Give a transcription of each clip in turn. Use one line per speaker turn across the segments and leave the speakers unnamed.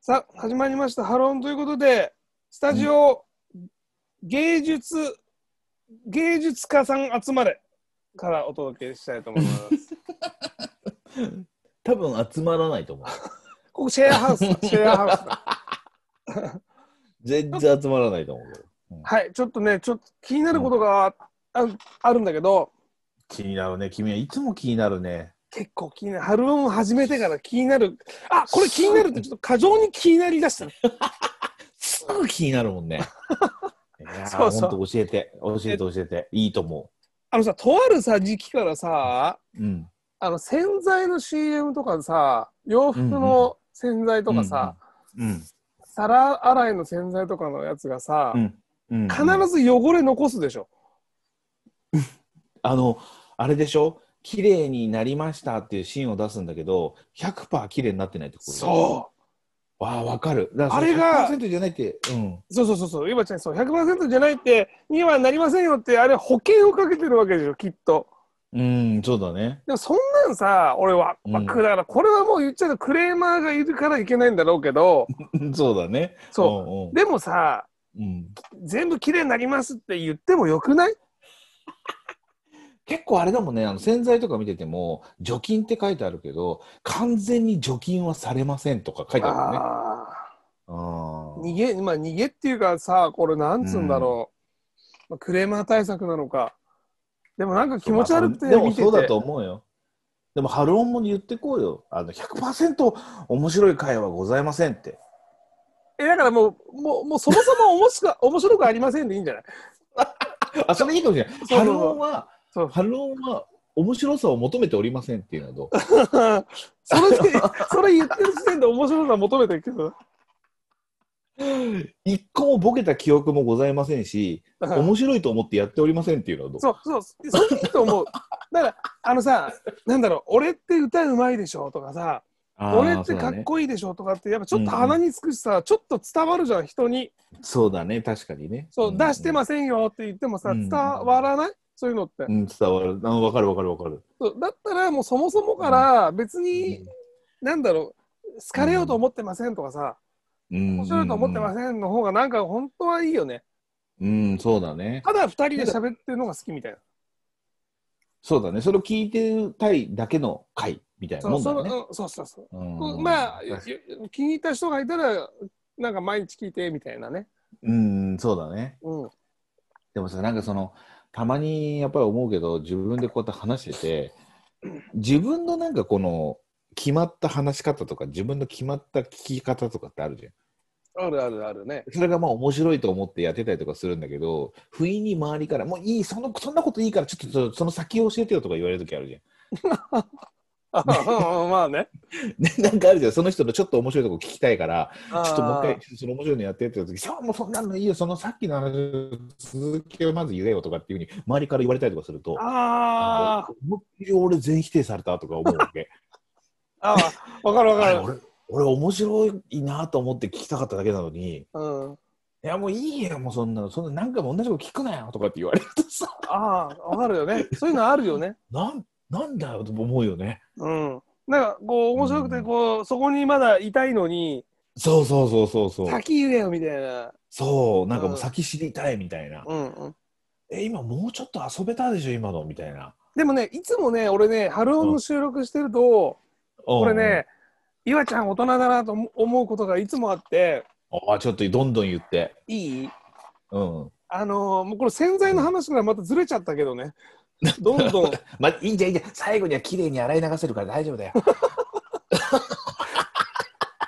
さあ、始まりました。ハロンということで、スタジオ、芸術、芸術家さん集まれからお届けしたいと思い ます。
多分集まらないと 思う。
ここシェアハウスだ、シェアハウス だ。
全然集まらないと思う。
はい、ちょっとね、ちょっと気になることがああるんだけど、
気になるね。君はいつも気になるね。
結構気になる。ハロンを始めてから気になる。あ、これ気になるってちょっと過剰に気になりだしたね。
すぐ気になるもんね。 いやー
そうそう
ほんと教えて、教えて、教えて。いいと思
あのさ、とあるさ、時期からさ、
う。うん。
あの、洗剤の CM とかさ、洋服の洗剤とかさ、
うん。
皿洗いの洗剤とかのやつがさ、
うん。うん。
必ず汚れ残すでしょ。
あの、あれでしょ綺麗になりましたっていうシーンを出すんだけど、100%綺麗になってないってこと。
そう
わあ、わかる。だから
あれが
そ100%じゃないって。うん。
う。そうそうそうそう、ゆばちゃん、そう、100%じゃないって、にはなりませんよって、あれ保険をかけてるわけでしょ、きっと。
うん、そうだね。
でもそんなんさ、俺は、まあ、
うん
だからこれはもう言っちゃうとクレーマーがいるからいけないんだろうけど、
そうだね。
そうう。でもさ、
んうん。うん。
全部綺麗になりますって言ってもよくない
結構あれだもんね、あの洗剤とか見てても、除菌って書いてあるけど、完全に除菌はされませんとか書いてあるもんね。
あ
あ
ー
ー
逃げ、まあ逃げっていうかさ、これなんつうんだろう。まあ、クレーマー対策なのか。でもなんか気持ち悪くて
でも
見てて。
そうだと思うよ。でも、ハロンも言ってこうよ。あの100%面白い回はございませんって。
え、だからもう、もう、もうそもそも面白く 面白くありませんでいいんじゃない
あ、それいいかもしれない。
そう
ハロンは、
そう。
ハロンは面白さを求めておりませんっていうのはどう
それで、それ言ってる時点で面白さ求めてるけど。
一個もボケた記憶もございませんし、
うん
面白いと思ってやっておりませんっていうのはどう
そう、そう、それいいと思う。だから、あのさ、なんだろう、俺って歌うまいでしょとかさ、
あー
俺ってかっこいいでしょとかって、やっぱちょっと鼻につくしさ、ちょっと伝わるじゃん、人に。
そうだね。そうだね、確かにね。
そう、出して
す
ませんよって言ってもさ、
う
伝
ん
わらないそういうのって
う。ん、伝わる。あわかるわかるわかる。
そうだったら、もうそもそもから、別に、なんだろう、好かれようと思ってませんとかさ、
面
面白いと思ってま
ん。
せんの方がなんか本当はいいよね。
うん、そうだね。
ただ二人で喋ってるのが好きみたいな。
そうだね。それを聞いてたいだけの回みたいな
そ
も
うんそ
だ
う
ね。
うんそうそうそう。
うん
まあ
確かに
よ気に入った人がいたらなんか毎日聞いてみたいなね。
うん、そうだね。
うん。
でもさ、なんかその、たまにやっぱり思うけど、自分でこうやって話してて、自分のなんかこの、決まった話し方とか、自分の決まった聞き方とかってあるじゃん。
あるあるある ね。
それがまあ面白いと思ってやってたりとかするんだけど、不意に周りから、もういい、そのそんなこといいから、ちょっとその先を教えてよとか言われるときあるじゃん。
あうんまあね。
ね、なんかあるじゃん、その人のちょっと面白いとこ聞きたいから、
ち
ちょっともう一回、ちょっとその面白いのやってって言った時、そう、もうそんなのいいよ、そのさっきの話の続きをまず言えよとかっていうふうに、周りから言われたりとかすると、
あー
思いっきり俺全否定されたとか思うわけ。
あー。わかる わ
あれ
かる。
俺、俺面白いなと思って聞きたかっただけなのに、い
うん。
や、もういいよ、もうそんなの、そんな、なんかも同じこと聞くなよとかって言われるとさ、
ああわかるよね。そういうのあるよね。
なん、なんだよと思うよね。
うん。なんかこう面白くてこうそこにまだいたいのに
そうそうそうそうそう。
先言えよみたいな。
そう、なんかもう先知りたいみたいな。
うんうん。
え、今もうちょっと遊べたでしょ、今のみたいな。
でもね、いつもね、俺ね、春音の収録してると、
こ
俺ね、岩ちゃん大人だなと思思うことがいつもあって、
ああ、ちょっとどんどん言って。
いい
うん。
あのーもうこれ洗剤の話からまたずれちゃったけどね。どん どん。
まあ、いいじゃん、いいじゃん。最後には綺麗に洗い流せるから大丈 夫だよ。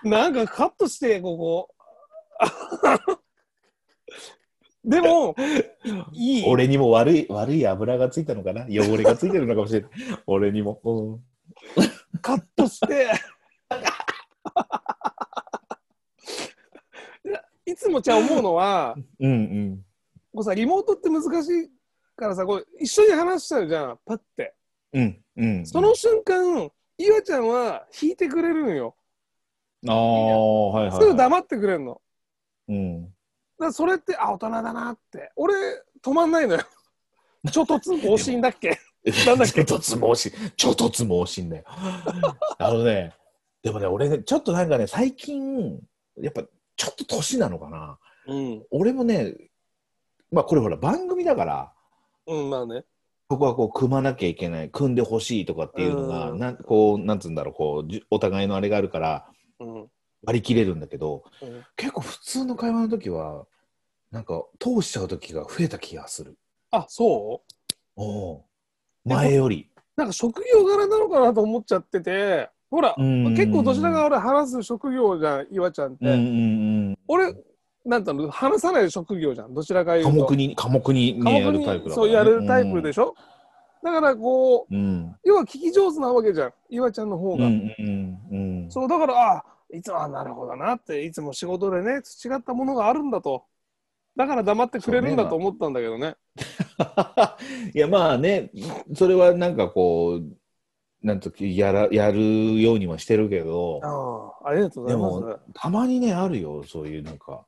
なんかカットして、ここ。 でも、いい。
俺にも悪い、 悪い油がついたのかな汚れがついてるのかもしれない。 俺にも。うん
カット して。いやいつもじゃあ思うのは、
うん
こうさ、リモートって難しいからさ、こう一緒に話しちゃうじゃん、パッて。
うん。うんうん。
その瞬間、いわちゃんは弾いてくれるのよ。
ああ、はいはいはい。
すぐ黙ってくれるの。
うん。
だからそれって、あ、大人だなって。俺、止まんないの よ。ちょっとつ更新だっけなんだっけ
ちょっとつ盲信。ちょっとつ 盲信だよ。あのね、でもね、俺ね、ちょっとなんかね、最近、やっぱちょっと年なのかな
うん。
俺もねまあこれほら番組だから
うん、まあね。
ここはこう組まなきゃいけない組んでほしいとかっていうのが
うん
なんこうなんつうんだろうこうじお互いのあれがあるから
うん。
割り切れるんだけど
うん
結構普通の会話の時はなんか通しちゃう時が増えた気がする
あ、そう
おう前より
なんか職業柄なのかなと思っちゃってて、ほら、
うん
結構どちらが俺話す職業じゃん、岩ちゃんって。
うんうん
俺、なんだろう、話さない職業じゃん、どちらか
う
い
ん
う
科
と。
目に科目にねや
科目
る
に
タイプだから
そ
ね
う、やるタイプで
し
しょ、だからこう、
ょうん
要は聞き上手なわけじゃん、岩ちゃんの方
うんう
が。
んうんうん
そう、だから、あいつも、あなるほどなって、いつも仕事でね、違ったものがあるんだと。だから黙ってくれるんだと思ったんだけどね。
いやまあねそれはなんかこうなんとやらやるようにはしてるけど
ああ、ありがとうござい
で
ます。
たまにねあるよそういうなんか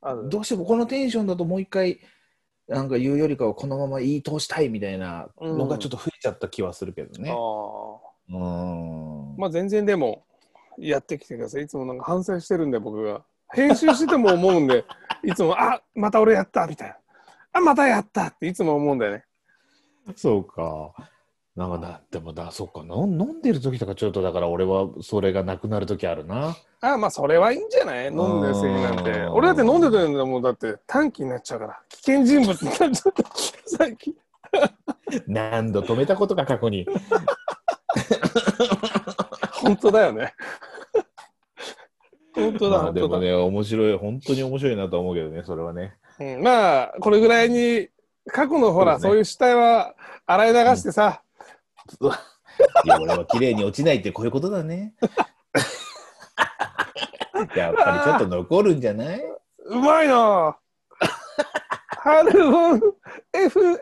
ある
どうしてもこのテンションだともう一回なんか言うよりかはこのまま言い通したいみたいなのがちょっと増えちゃった気はするけどね。
ああ。
うん
まあ全然でもやってきてください。いつもなんか反省してるんで僕が。編集してても思うん で、いつも、あまた俺やったみたいな。あまたやったっていつも思うんだよね。
そうか。なんかなでもだそっかの飲んでる時とかちょっとだから俺はそれがなくなる時ある な。
あまあそれはいいんじゃない飲んでるせいなんて。
うん
俺だって飲んでたんだもんだって短期になっちゃうから。危険人物になっちゃった。さっき。
何度止めたことか過去に。
本当だよね。本当だ、
まあ
本
で
当
も
だ。
ね面白い本当に面白いなと思うけどねそれはね。
うん、まあこれぐらいに過去のほら
そ
そう
ですね
う,、いう死体は洗い流してさ、
いや俺は綺麗に落ちないってこういうこと だね。やっぱりちょっと残るんじゃないう
まいなぁハルボン FA